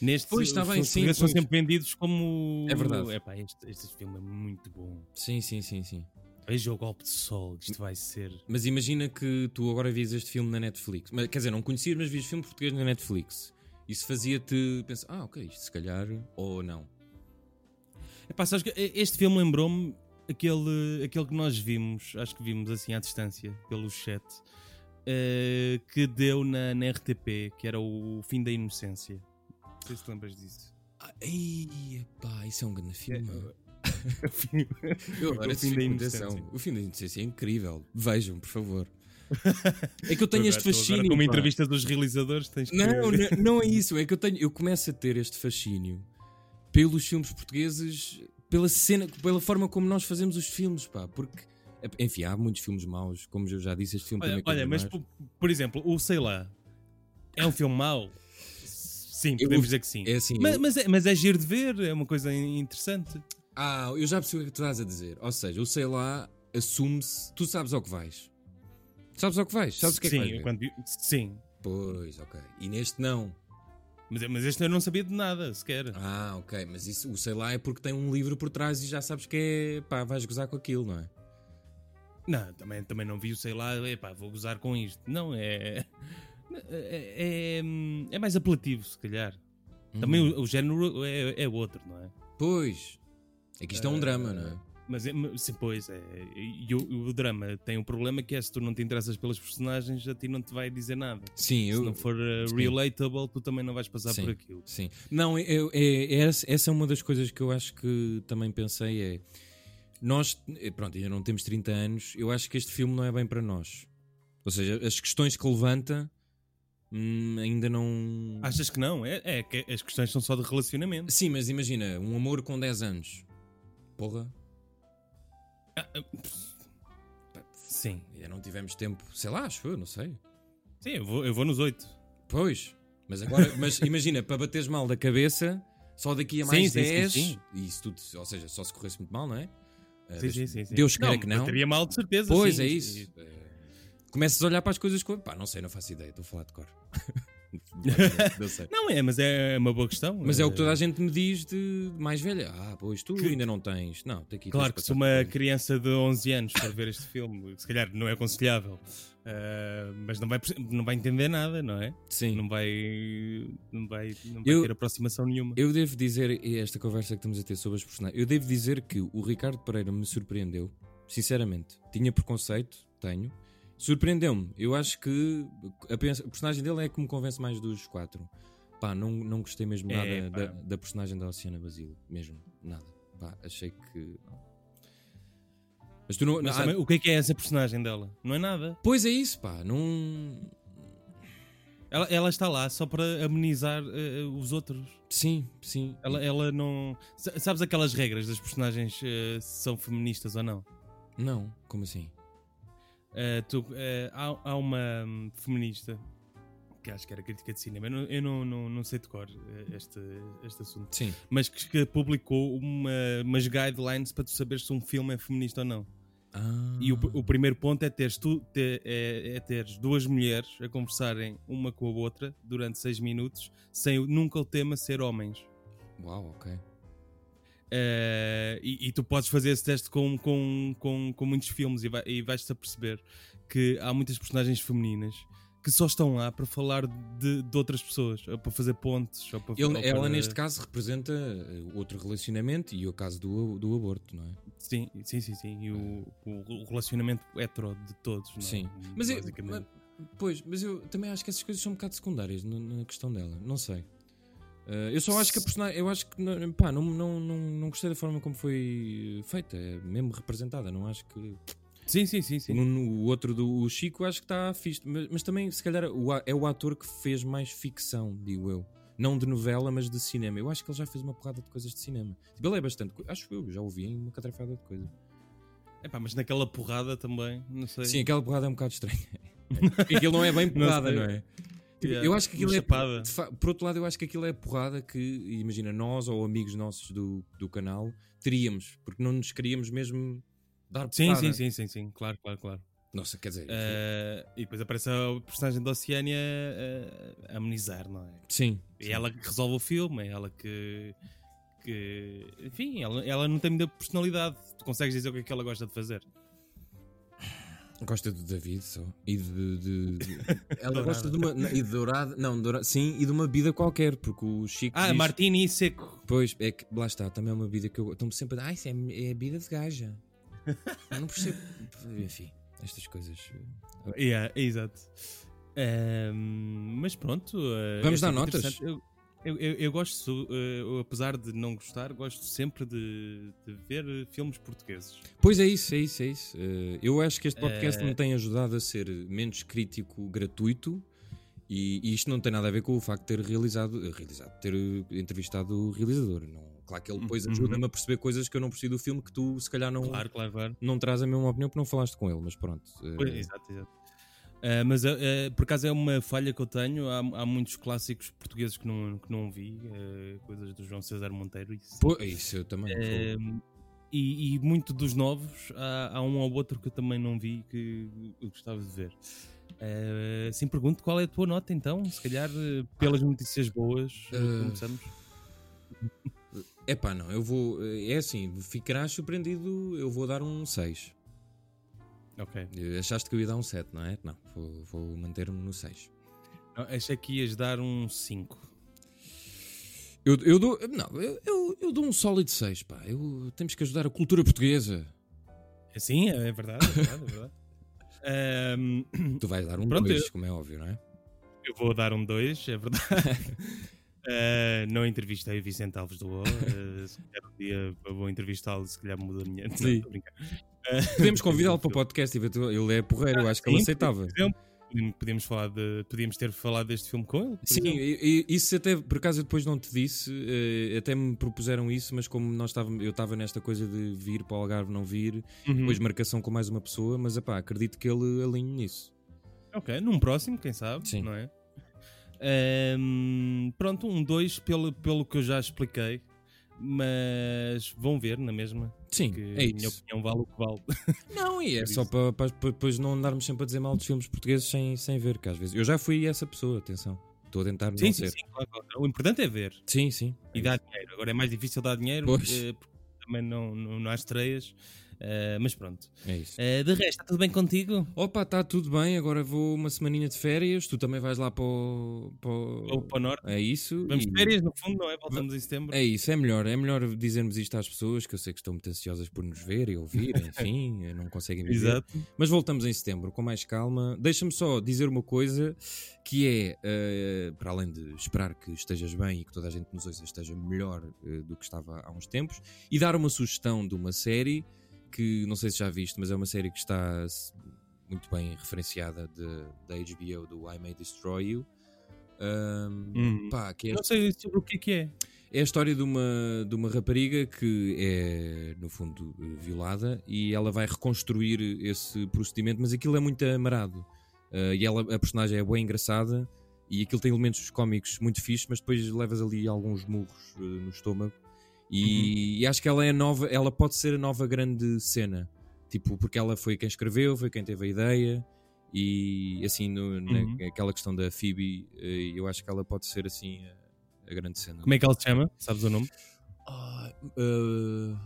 [SPEAKER 1] Neste,
[SPEAKER 2] Pois, está
[SPEAKER 1] os
[SPEAKER 2] bem,
[SPEAKER 1] filmes
[SPEAKER 2] sim,
[SPEAKER 1] portugueses são
[SPEAKER 2] pois.
[SPEAKER 1] sempre vendidos como.
[SPEAKER 2] É verdade.
[SPEAKER 1] Epá, este, este filme é muito bom.
[SPEAKER 2] Sim, sim, sim, sim.
[SPEAKER 1] Veja o golpe de sol, isto vai ser.
[SPEAKER 2] Mas imagina que tu agora vias este filme na Netflix. Mas, quer dizer, não conhecias, mas vias filme português na Netflix. Isso fazia-te pensar, ah, ok, isto se calhar, ou não.
[SPEAKER 1] Epá, sabes que este filme lembrou-me aquele, aquele que nós vimos, acho que vimos assim à distância, pelo chat, eh, que deu na, na RTP, que era o Fim da Inocência. Não sei se te lembras disso.
[SPEAKER 2] Ah, ei, pá, isso é um grande filme. Eu
[SPEAKER 1] O
[SPEAKER 2] adoro esse
[SPEAKER 1] fim da
[SPEAKER 2] filme,
[SPEAKER 1] inocência.
[SPEAKER 2] atenção. O fim da inocência é incrível. Vejam, por favor. É que eu tenho
[SPEAKER 1] Agora,
[SPEAKER 2] este
[SPEAKER 1] tu agora,
[SPEAKER 2] fascínio.
[SPEAKER 1] Como
[SPEAKER 2] pá.
[SPEAKER 1] entrevista dos realizadores, tens que.
[SPEAKER 2] Não, não, não é isso. É que eu tenho. Eu começo a ter este fascínio pelos filmes portugueses, pela cena, pela forma como nós fazemos os filmes, pá. Porque, enfim, há muitos filmes maus, como eu já disse, este filme
[SPEAKER 1] Olha,
[SPEAKER 2] também. é
[SPEAKER 1] olha, mas
[SPEAKER 2] coisa mais.
[SPEAKER 1] por, por exemplo, o Sei Lá é um filme mau? Sim,
[SPEAKER 2] Eu-
[SPEAKER 1] podemos dizer que sim.
[SPEAKER 2] é assim.
[SPEAKER 1] Mas,
[SPEAKER 2] eu-
[SPEAKER 1] mas é, mas é giro de ver, é uma coisa interessante.
[SPEAKER 2] Ah, eu já percebi o que tu estás a dizer. Ou seja, eu sei lá, assume-se. Tu sabes ao que vais. Sabes ao que vais. Sabes o que é que
[SPEAKER 1] sim,
[SPEAKER 2] vais ver.
[SPEAKER 1] quando vi- sim,
[SPEAKER 2] Pois, ok. E neste não.
[SPEAKER 1] Mas, é, mas este eu não sabia de nada, sequer.
[SPEAKER 2] Ah, ok, mas isso, o sei lá, é porque tem um livro por trás e já sabes que é pá, vais gozar com aquilo, não é?
[SPEAKER 1] Não, também, também não vi o sei lá, epá, vou gozar com isto. Não, é. É, é, é mais apelativo, se calhar.
[SPEAKER 2] Uhum.
[SPEAKER 1] Também o, o género é, é outro, não é?
[SPEAKER 2] Pois. É que isto é um drama, não é?
[SPEAKER 1] Mas, é- mas- sim, pois, é. E o, o drama tem um problema que é se tu não te interessas pelas personagens, a ti não te vai dizer nada.
[SPEAKER 2] Sim,
[SPEAKER 1] Se
[SPEAKER 2] eu.
[SPEAKER 1] não for uh,
[SPEAKER 2] sim.
[SPEAKER 1] relatable, tu também não vais passar
[SPEAKER 2] Sim.
[SPEAKER 1] por aquilo.
[SPEAKER 2] Sim. Não, eu, é- é- essa essa é uma das coisas que eu acho que também pensei é. Nós, eh, pronto, ainda não temos 30 anos, eu acho que este filme não é bem para nós. Ou seja, as questões que levanta hum, ainda não.
[SPEAKER 1] Achas que não? É, é que as questões são só de relacionamento.
[SPEAKER 2] Sim, mas imagina, um amor com 10 anos. Porra,
[SPEAKER 1] Ah, Sim.
[SPEAKER 2] ainda não tivemos tempo, sei lá, acho eu, não sei.
[SPEAKER 1] Sim, eu vou, eu vou nos oito.
[SPEAKER 2] Pois, mas agora, mas imagina, para bateres mal da cabeça, só daqui a mais
[SPEAKER 1] Sim, sim, sim,
[SPEAKER 2] 10,
[SPEAKER 1] sim.
[SPEAKER 2] e isso tudo, ou seja, só se corresse muito mal, não é? Ah,
[SPEAKER 1] Sim,
[SPEAKER 2] Deus-
[SPEAKER 1] sim, sim, sim.
[SPEAKER 2] Deus queira
[SPEAKER 1] não,
[SPEAKER 2] que não.
[SPEAKER 1] Teria mal de certeza.
[SPEAKER 2] Pois
[SPEAKER 1] sim.
[SPEAKER 2] é isso. Eh, Começas a olhar para as coisas com. Pá, não sei, não faço ideia, estou a falar de cor. não sei.
[SPEAKER 1] Não é, mas é uma boa questão.
[SPEAKER 2] Mas é o que toda a
[SPEAKER 1] Eh,
[SPEAKER 2] gente me diz de mais velha. Ah, pois tu
[SPEAKER 1] Que-
[SPEAKER 2] ainda não tens. Não, tem aqui.
[SPEAKER 1] Claro que
[SPEAKER 2] tens
[SPEAKER 1] se
[SPEAKER 2] passar por
[SPEAKER 1] uma
[SPEAKER 2] aí.
[SPEAKER 1] criança de 11 anos for ver este filme, se calhar não é aconselhável, eh, mas não vai, perce- não vai entender nada, não é?
[SPEAKER 2] Sim.
[SPEAKER 1] Não vai, não vai, não vai
[SPEAKER 2] Eu-
[SPEAKER 1] ter aproximação nenhuma.
[SPEAKER 2] Eu devo dizer, e esta conversa que estamos a ter sobre as personagens, eu devo dizer que o Ricardo Pereira me surpreendeu, sinceramente. Tinha preconceito, tenho. Surpreendeu-me. Eu acho que a pens- a personagem dele é que me convence mais dos quatro. Pá, não, não gostei mesmo nada
[SPEAKER 1] É, pá.
[SPEAKER 2] da, da personagem da Oceana Basílio. Mesmo, nada. Pá, achei que. Mas tu não.
[SPEAKER 1] Mas
[SPEAKER 2] ah,
[SPEAKER 1] também, o que é que é essa personagem dela? Não é nada.
[SPEAKER 2] pois é isso, pá. Não.
[SPEAKER 1] Ela, ela está lá só para amenizar eh, os outros.
[SPEAKER 2] Sim, sim.
[SPEAKER 1] Ela, ela não. Sa- Sabes aquelas regras das personagens eh, se são feministas ou não?
[SPEAKER 2] Não, como assim?
[SPEAKER 1] Uh, tu, uh, há, há uma hum, feminista que acho que era crítica de cinema. Eu não, eu não, não, não sei de cor uh, este, este assunto,
[SPEAKER 2] Sim.
[SPEAKER 1] mas que, que publicou uma, umas guidelines para tu saber se um filme é feminista ou não.
[SPEAKER 2] Ah.
[SPEAKER 1] E o, o primeiro ponto é teres, tu, te- é, é teres duas mulheres a conversarem uma com a outra durante seis minutos, sem o- nunca o tema ser homens.
[SPEAKER 2] Ah, Uau, ok.
[SPEAKER 1] Eh, e, e tu podes fazer esse teste com, com, com, com muitos filmes e, vai- e vais-te a perceber que há muitas personagens femininas que só estão lá para falar de, de outras pessoas, ou para fazer pontes. Ou para,
[SPEAKER 2] Ele-
[SPEAKER 1] ou
[SPEAKER 2] ela,
[SPEAKER 1] para-
[SPEAKER 2] neste caso, representa eh, outro relacionamento e o caso do, do aborto, não é?
[SPEAKER 1] Sim, sim, sim. sim. E o, o relacionamento hetero de todos. Não? é?
[SPEAKER 2] Sim. Mas eu,
[SPEAKER 1] Basicamente.
[SPEAKER 2] mas- pois, mas eu também acho que essas coisas são um bocado secundárias na, na questão dela, não sei. Eh, eu só acho que a personagem. Eu acho que. não- Pá, não, não, não, não gostei da forma como foi feita, é mesmo representada. Não acho que.
[SPEAKER 1] Sim, sim, sim. sim.
[SPEAKER 2] No, no outro do o Chico, acho que está fixe. Mas, mas também, se calhar, o a- é o ator que fez mais ficção, digo eu. Não de novela, mas de cinema. Eu acho que ele já fez uma porrada de coisas de cinema. Tipo, ele é bastante. co- Acho eu, já ouvi em uma catrafada de coisas.
[SPEAKER 1] Epá, mas naquela porrada também, não sei.
[SPEAKER 2] Sim, aquela porrada é um bocado estranha. Porque aquilo não é bem porrada,
[SPEAKER 1] sei.
[SPEAKER 2] não, é? Tipo,
[SPEAKER 1] Yeah,
[SPEAKER 2] eu acho que aquilo
[SPEAKER 1] uma
[SPEAKER 2] é.
[SPEAKER 1] chapada.
[SPEAKER 2] de fa- Por outro lado, eu acho que aquilo é porrada que, imagina, nós ou amigos nossos do, do canal teríamos, porque não nos queríamos mesmo dar porrada.
[SPEAKER 1] Sim, sim, sim, sim, sim, claro, claro, claro.
[SPEAKER 2] Nossa, quer dizer.
[SPEAKER 1] Eh, e depois aparece a personagem da Oceania eh, a amenizar, não é?
[SPEAKER 2] Sim.
[SPEAKER 1] É ela que resolve o filme, é ela que. que enfim, ela, ela não tem muita personalidade. Tu consegues dizer o que é que ela gosta de fazer.
[SPEAKER 2] Gosta do David só. E de. de- de- Ela
[SPEAKER 1] Dourada.
[SPEAKER 2] gosta de uma. não, E de dourada. Não, dourada. Sim, e de uma bebida qualquer, porque o Chico.
[SPEAKER 1] Ah,
[SPEAKER 2] diz-
[SPEAKER 1] Martini seco.
[SPEAKER 2] Pois, é que. Lá está, também é uma bebida que eu. Estão sempre a dizer, ah, isso é, é bebida de gaja. Eu não percebo. Enfim, estas coisas.
[SPEAKER 1] Yeah, é exato. Ehm, mas pronto. eh,
[SPEAKER 2] Vamos
[SPEAKER 1] é
[SPEAKER 2] dar
[SPEAKER 1] sempre
[SPEAKER 2] notas?
[SPEAKER 1] interessante. Eu, eu, eu- eu gosto, eh, eu, apesar de não gostar, gosto sempre de, de ver eh, filmes portugueses.
[SPEAKER 2] Pois é isso, é isso, é isso. Eh, eu acho que este podcast
[SPEAKER 1] Eh.
[SPEAKER 2] me tem ajudado a ser menos crítico, gratuito. E, e isto não tem nada a ver com o facto de ter realizado, eh, realizado ter eh, entrevistado o realizador. Não, claro que ele depois
[SPEAKER 1] Uhum.
[SPEAKER 2] ajuda-me a perceber coisas que eu não percebi do filme que tu se calhar não,
[SPEAKER 1] Claro, claro, claro.
[SPEAKER 2] não traz a mesma opinião porque não falaste com ele, mas pronto. eh,
[SPEAKER 1] Pois, é. exato, exato. Ah, mas ah, ah, por acaso é uma falha que eu tenho. Há, há muitos clássicos portugueses que não, que não vi, ah, coisas do João César Monteiro. Isso.
[SPEAKER 2] pô, é isso eu também. fogo.
[SPEAKER 1] Ah, e, e muito dos novos, há, há um ou outro que eu também não vi que eu gostava de ver. Ah, sim, pergunto qual é a tua nota então? Se calhar ah, pelas notícias boas, ah,
[SPEAKER 2] Ah.
[SPEAKER 1] começamos.
[SPEAKER 2] Epá, não, eu vou. eh, É assim, ficarás surpreendido, eu vou dar um 6.
[SPEAKER 1] Ok.
[SPEAKER 2] Achaste que eu ia dar um 7, não é? Não, vou, vou manter-me no 6.
[SPEAKER 1] Não, Achei que ias dar um 5.
[SPEAKER 2] Eu, eu dou. Não, eu, eu, eu dou um sólido 6, pá. Eu, temos que ajudar a cultura portuguesa.
[SPEAKER 1] Sim, é verdade, é verdade, é verdade. Ahm,
[SPEAKER 2] Tu vais dar um
[SPEAKER 1] Hum. Pronto,
[SPEAKER 2] 2, como é óbvio, não é?
[SPEAKER 1] eu vou dar um 2, é verdade. Ah, não entrevistei o Vicente Alves do O. ah, se calhar um dia eu vou entrevistá-lo, se calhar muda a minha. Não,
[SPEAKER 2] Sim.
[SPEAKER 1] tô a brincar.
[SPEAKER 2] Podemos convidá-lo para o podcast, eventual- ele é porreiro, eu acho que ele
[SPEAKER 1] Sim,
[SPEAKER 2] aceitava.
[SPEAKER 1] Por exemplo, podíamos, falar de, podíamos ter falado deste filme com ele. por
[SPEAKER 2] Sim,
[SPEAKER 1] exemplo.
[SPEAKER 2] e- e isso até, por acaso eu depois não te disse, eh, até me propuseram isso, mas como nós estávamos, eu estava nesta coisa de vir para o Algarve não vir,
[SPEAKER 1] Uhum.
[SPEAKER 2] depois marcação com mais uma pessoa, mas epá, acredito que ele alinhe nisso.
[SPEAKER 1] Ok, num próximo, quem sabe,
[SPEAKER 2] Sim.
[SPEAKER 1] não é? Ahm, pronto, um 2 pelo, pelo que eu já expliquei, mas vão ver na mesma,
[SPEAKER 2] Sim,
[SPEAKER 1] que
[SPEAKER 2] é
[SPEAKER 1] a minha
[SPEAKER 2] isso.
[SPEAKER 1] opinião vale o que vale.
[SPEAKER 2] Não, e é
[SPEAKER 1] Por
[SPEAKER 2] só
[SPEAKER 1] isso.
[SPEAKER 2] para, para- para depois não andarmos sempre a dizer mal dos filmes portugueses sem, sem ver, que às vezes. Eu já fui essa pessoa, atenção. Estou a tentar
[SPEAKER 1] Sim, sim,
[SPEAKER 2] não ser.
[SPEAKER 1] sim, claro, claro. O importante é ver
[SPEAKER 2] Sim, sim.
[SPEAKER 1] e dar dinheiro. Agora é mais difícil dar dinheiro
[SPEAKER 2] Pois.
[SPEAKER 1] eh, porque também não, não, não há estreias, ah, mas pronto.
[SPEAKER 2] É isso.
[SPEAKER 1] Ah, de resto, está tudo bem contigo?
[SPEAKER 2] Opa, está tudo bem, agora vou uma semaninha de férias, tu também vais lá para o. Para o-
[SPEAKER 1] Ou para o norte?
[SPEAKER 2] É isso.
[SPEAKER 1] Vamos
[SPEAKER 2] e-
[SPEAKER 1] de férias, no fundo, não é? Voltamos em setembro.
[SPEAKER 2] É isso, é melhor. É melhor dizermos isto às pessoas, que eu sei que estão muito ansiosas por nos ver e ouvir, enfim, não conseguem viver.
[SPEAKER 1] Exato.
[SPEAKER 2] Mas voltamos em setembro, com mais calma. Deixa-me só dizer uma coisa, que é, eh, para além de esperar que estejas bem e que toda a gente que nos ouça esteja melhor eh, do que estava há uns tempos, e dar uma sugestão de uma série, que não sei se já viste, mas é uma série que está s- muito bem referenciada de- da HBO, do I May Destroy You. Ahm,
[SPEAKER 1] Uhum.
[SPEAKER 2] pá, que é
[SPEAKER 1] Não sei sobre o que é que é.
[SPEAKER 2] é a história de uma, de uma rapariga que é, no fundo, eh, violada e ela vai reconstruir esse procedimento, mas aquilo é muito amarado. Eh, e ela, a personagem é bem engraçada e aquilo tem elementos cómicos muito fixes, mas depois levas ali alguns murros eh, no estômago. E, e acho que ela é a nova, ela pode ser a nova grande cena, tipo, porque ela foi quem escreveu, foi quem teve a ideia. E assim, no, na-
[SPEAKER 1] Uhum.
[SPEAKER 2] aquela questão da Phoebe, eh, eu acho que ela pode ser assim a, a grande cena.
[SPEAKER 1] Como é que ela se chama? Sabes o nome?
[SPEAKER 2] Ah, eh,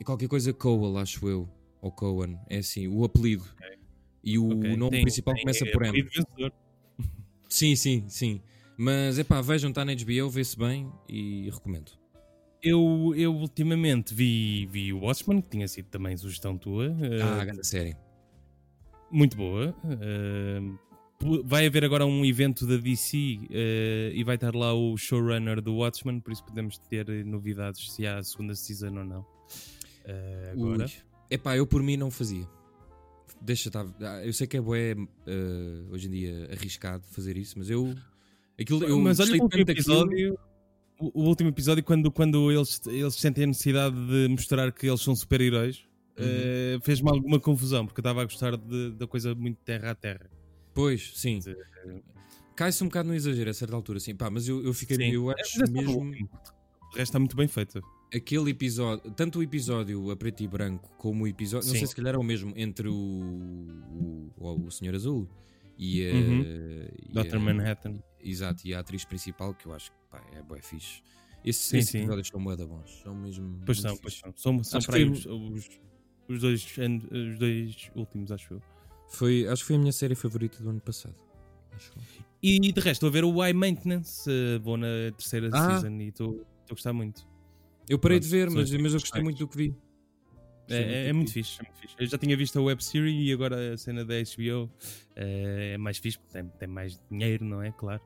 [SPEAKER 2] é qualquer coisa Cowell, acho eu. Ou Cohen, é assim, o apelido. E o
[SPEAKER 1] Ok.
[SPEAKER 2] nome
[SPEAKER 1] Tem-
[SPEAKER 2] principal
[SPEAKER 1] tem-
[SPEAKER 2] começa
[SPEAKER 1] é
[SPEAKER 2] por M.
[SPEAKER 1] apelido vencedor.
[SPEAKER 2] Sim, sim, sim. Mas é pá, vejam, está na HBO, vê-se bem e recomendo.
[SPEAKER 1] Eu, eu ultimamente vi, vi o Watchmen, que tinha sido também sugestão tua. eh,
[SPEAKER 2] Ah, grande série.
[SPEAKER 1] muito boa. eh, pu- vai haver agora um evento da DC eh, e vai estar lá o showrunner do Watchmen, por isso podemos ter eh, novidades se há a segunda season ou não. Eh, agora.
[SPEAKER 2] É pá, eu por mim não fazia. Deixa estar. Ah, Eu sei que é boé hoje em dia arriscado fazer isso, mas eu. Aquilo, eu
[SPEAKER 1] Mas olha
[SPEAKER 2] gostei
[SPEAKER 1] o último
[SPEAKER 2] tanto daquilo.
[SPEAKER 1] episódio. O o último episódio, quando, quando eles, eles sentem a necessidade de mostrar que eles são super-heróis,
[SPEAKER 2] Uhum.
[SPEAKER 1] eh, fez-me alguma confusão, porque eu estava a gostar de- da coisa muito terra a terra.
[SPEAKER 2] Pois, sim.
[SPEAKER 1] Quer
[SPEAKER 2] Cai-se um bocado no exagero a certa altura, sim. Pá, mas eu, eu fiquei.
[SPEAKER 1] eh, Sim.
[SPEAKER 2] Eu
[SPEAKER 1] É,
[SPEAKER 2] acho
[SPEAKER 1] mas é só
[SPEAKER 2] mesmo.
[SPEAKER 1] bom. O resto está muito bem feito.
[SPEAKER 2] aquele episódio, tanto o episódio a preto e branco como o episódio, não
[SPEAKER 1] Sim.
[SPEAKER 2] sei se calhar é o mesmo, entre o, o, o, o Senhor Azul e a,
[SPEAKER 1] Uhum.
[SPEAKER 2] e a-
[SPEAKER 1] Dr. Manhattan.
[SPEAKER 2] Exato, e a atriz principal, que eu acho que pá, é boa fixe. Esses,
[SPEAKER 1] Sim,
[SPEAKER 2] esses
[SPEAKER 1] sim.
[SPEAKER 2] episódios são moeda bons, são mesmo.
[SPEAKER 1] Pois
[SPEAKER 2] muito
[SPEAKER 1] são, pois
[SPEAKER 2] fixe.
[SPEAKER 1] são. São, são
[SPEAKER 2] Acho
[SPEAKER 1] para aí
[SPEAKER 2] que
[SPEAKER 1] os, os, os dois, an- os dois últimos, acho eu.
[SPEAKER 2] Foi, acho que foi a minha série favorita do ano passado. Acho eu.
[SPEAKER 1] E de resto, estou a ver o High Maintenance, eh, vou na terceira
[SPEAKER 2] Ah.
[SPEAKER 1] season e estou estou a gostar muito.
[SPEAKER 2] Eu parei de
[SPEAKER 1] Pronto,
[SPEAKER 2] ver,
[SPEAKER 1] são
[SPEAKER 2] mas,
[SPEAKER 1] estes
[SPEAKER 2] mas eu
[SPEAKER 1] dois
[SPEAKER 2] gostei muito do que vi. Gostei do
[SPEAKER 1] É, é-
[SPEAKER 2] que
[SPEAKER 1] é muito
[SPEAKER 2] vi.
[SPEAKER 1] fixe, é muito fixe. Eu já tinha visto a web series e agora a cena da HBO eh, é mais fixe, porque tem, tem mais dinheiro, não é? Claro.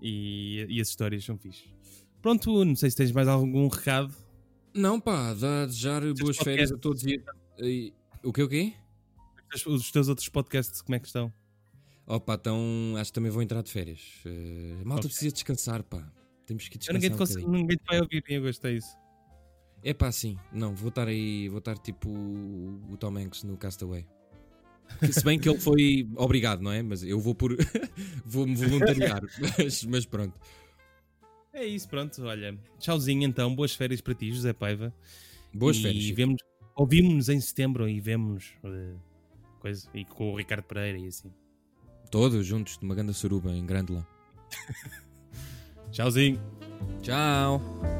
[SPEAKER 1] E, e as histórias são fixe. Pronto, não sei se tens mais algum recado.
[SPEAKER 2] Não, pá, dá a desejar boas
[SPEAKER 1] podcasts-
[SPEAKER 2] férias a todos e. e- O que o quê?
[SPEAKER 1] Os, os teus outros podcasts, como é que estão?
[SPEAKER 2] Opa, então acho que também vou entrar de férias. Eh, malta
[SPEAKER 1] Ok.
[SPEAKER 2] precisa descansar, pá. Temos que
[SPEAKER 1] Já
[SPEAKER 2] descansar.
[SPEAKER 1] ninguém te,
[SPEAKER 2] um
[SPEAKER 1] consegue,
[SPEAKER 2] bocadinho.
[SPEAKER 1] ninguém te vai ouvir em agosto, é isso.
[SPEAKER 2] É pá, sim. Não, vou estar aí, vou estar tipo o o Tom Hanks no Castaway. Que, Se bem que ele foi obrigado, não é? Mas eu vou por. Vou-me voluntariar. mas, mas pronto.
[SPEAKER 1] É isso, pronto, olha. Tchauzinho então, boas férias para ti, José Paiva.
[SPEAKER 2] Boas
[SPEAKER 1] e
[SPEAKER 2] férias. Chico.
[SPEAKER 1] vemos, ouvimos-nos em setembro e vemos eh, coisa, e com o Ricardo Pereira e assim.
[SPEAKER 2] Todos juntos numa grande suruba em Grândola.
[SPEAKER 1] Tchauzinho.
[SPEAKER 2] Tchau.